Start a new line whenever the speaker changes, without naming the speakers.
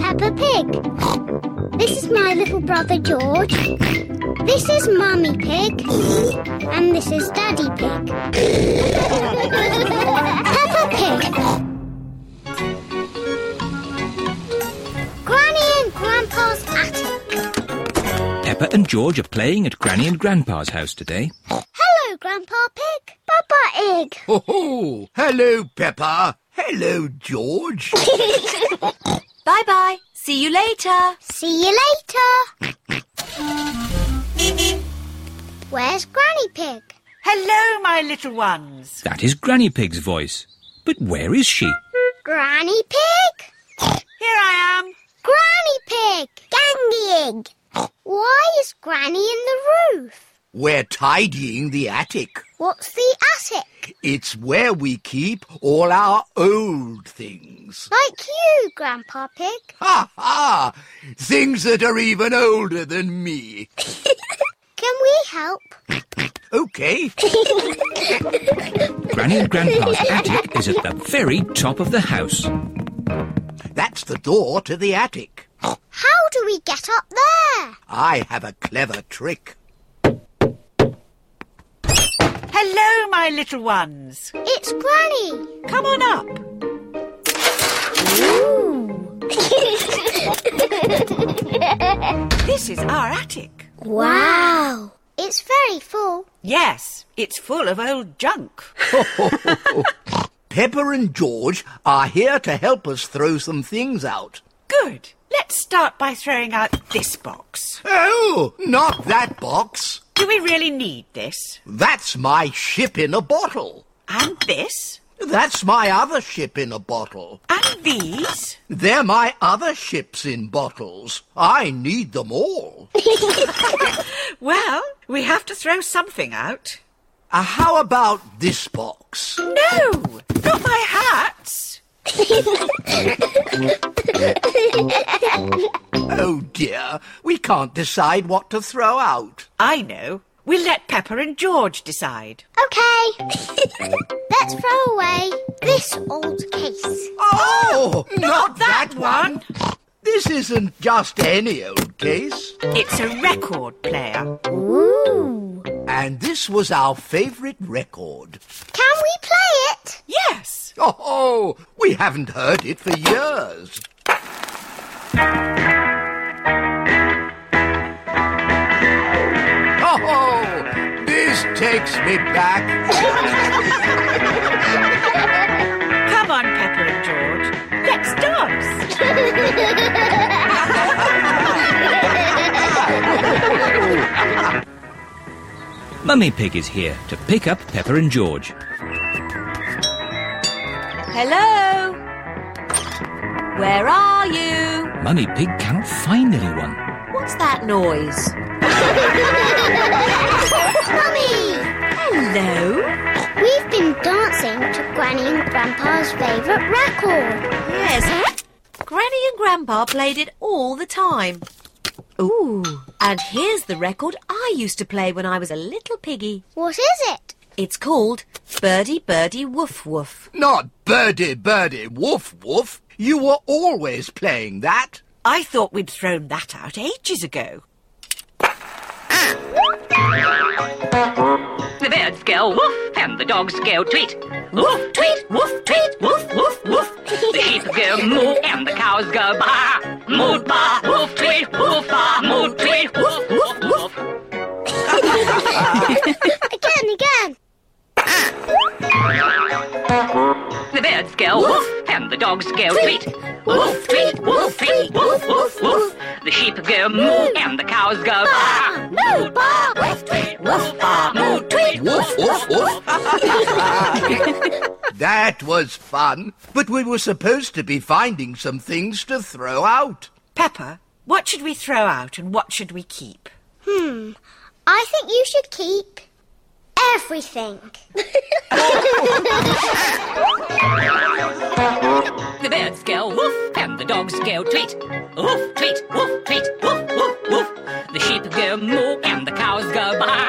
Pig. This is my little brother George. This is Mummy Pig. And this is Daddy Pig. Peppa Pig. Granny and Grandpa's attic.
Peppa and George are playing at Granny and Grandpa's house today.
Hello, Grandpa Pig. Papa Egg.
Ho ho! Hello, Peppa. Hello, George.
Bye bye. See you later.
See you later. Where's Granny Pig?
Hello, my little ones.
That is Granny Pig's voice. But where is she?
Granny Pig?
Here I am.
Granny Pig! Gangy egg! Why is Granny in the roof?
We're tidying the attic.
What's the attic?
It's where we keep all our old things.
Like you, Grandpa Pig.
Ha ha! Things that are even older than me.
Can we help?
Okay.
Granny and Grandpa's attic is at the very top of the house.
That's the door to the attic.
How do we get up there?
I have a clever trick.
Hello, my little ones.
It's Granny.
Come on up. This is our attic.
wow! It's very full.
Yes, it's full of old junk.
Pepper and George are here to help us throw some things out.
Good. Let's start by throwing out this box.
Oh, not that box.
Do we really need this?
That's my ship in a bottle.
And this?
That's my other ship in a bottle.
And these?
They're my other ships in bottles. I need them all.
Well, we have to throw something out.
Uh, how about this box?
No! Not my hats!
Oh dear, we can't decide what to throw out.
I know. We'll let Pepper and George decide.
Okay. Let's throw away this old case.
Oh, not,
that one.
This isn't just any old case.
It's a record player.
Ooh.
And this was our favourite record.
Can we play it?
Yes!
Oh, we haven't heard it for years. Oh, this takes me back.
Come on, Pepper and George. Let's dance!
Mummy Pig is here to pick up Pepper and George.
Hello. Where are you?
Mummy Pig cannot find anyone.
What's that noise?
Mummy!
Hello.
We've been dancing to Granny and Grandpa's favourite record.
Yes. Granny and Grandpa played it all the time. Ooh. And here's the record I used to play when I was a little piggy.
What is it?
It's called Birdie Birdie Woof Woof.
Not birdie, birdie, woof, woof. You were always playing that.
I thought we'd thrown that out ages ago.
The birds go woof and the dogs go tweet. Woof, tweet, woof, tweet, woof, woof, woof. The sheep go moo and the cows go baa. Moo, baa, woof, tweet, woof, baa, moo, tweet, woof, woof, woof.
Again, again.
The birds go woof and the dogs go tweet. Woof, tweet, woof, tweet, woof, woof, woof. The sheep go moo and the cows go baa. Moo, baa, woof, tweet, woof, baa, moo, tweet,
Woof, woof, woof. that was fun, but we were supposed to be finding some things to throw out.
Pepper, what should we throw out and what should we keep?
I think you should keep everything.
The birds go woof and the dogs go tweet. Woof, tweet, woof, tweet, woof, woof, woof. The sheep go moo and the cows go baa.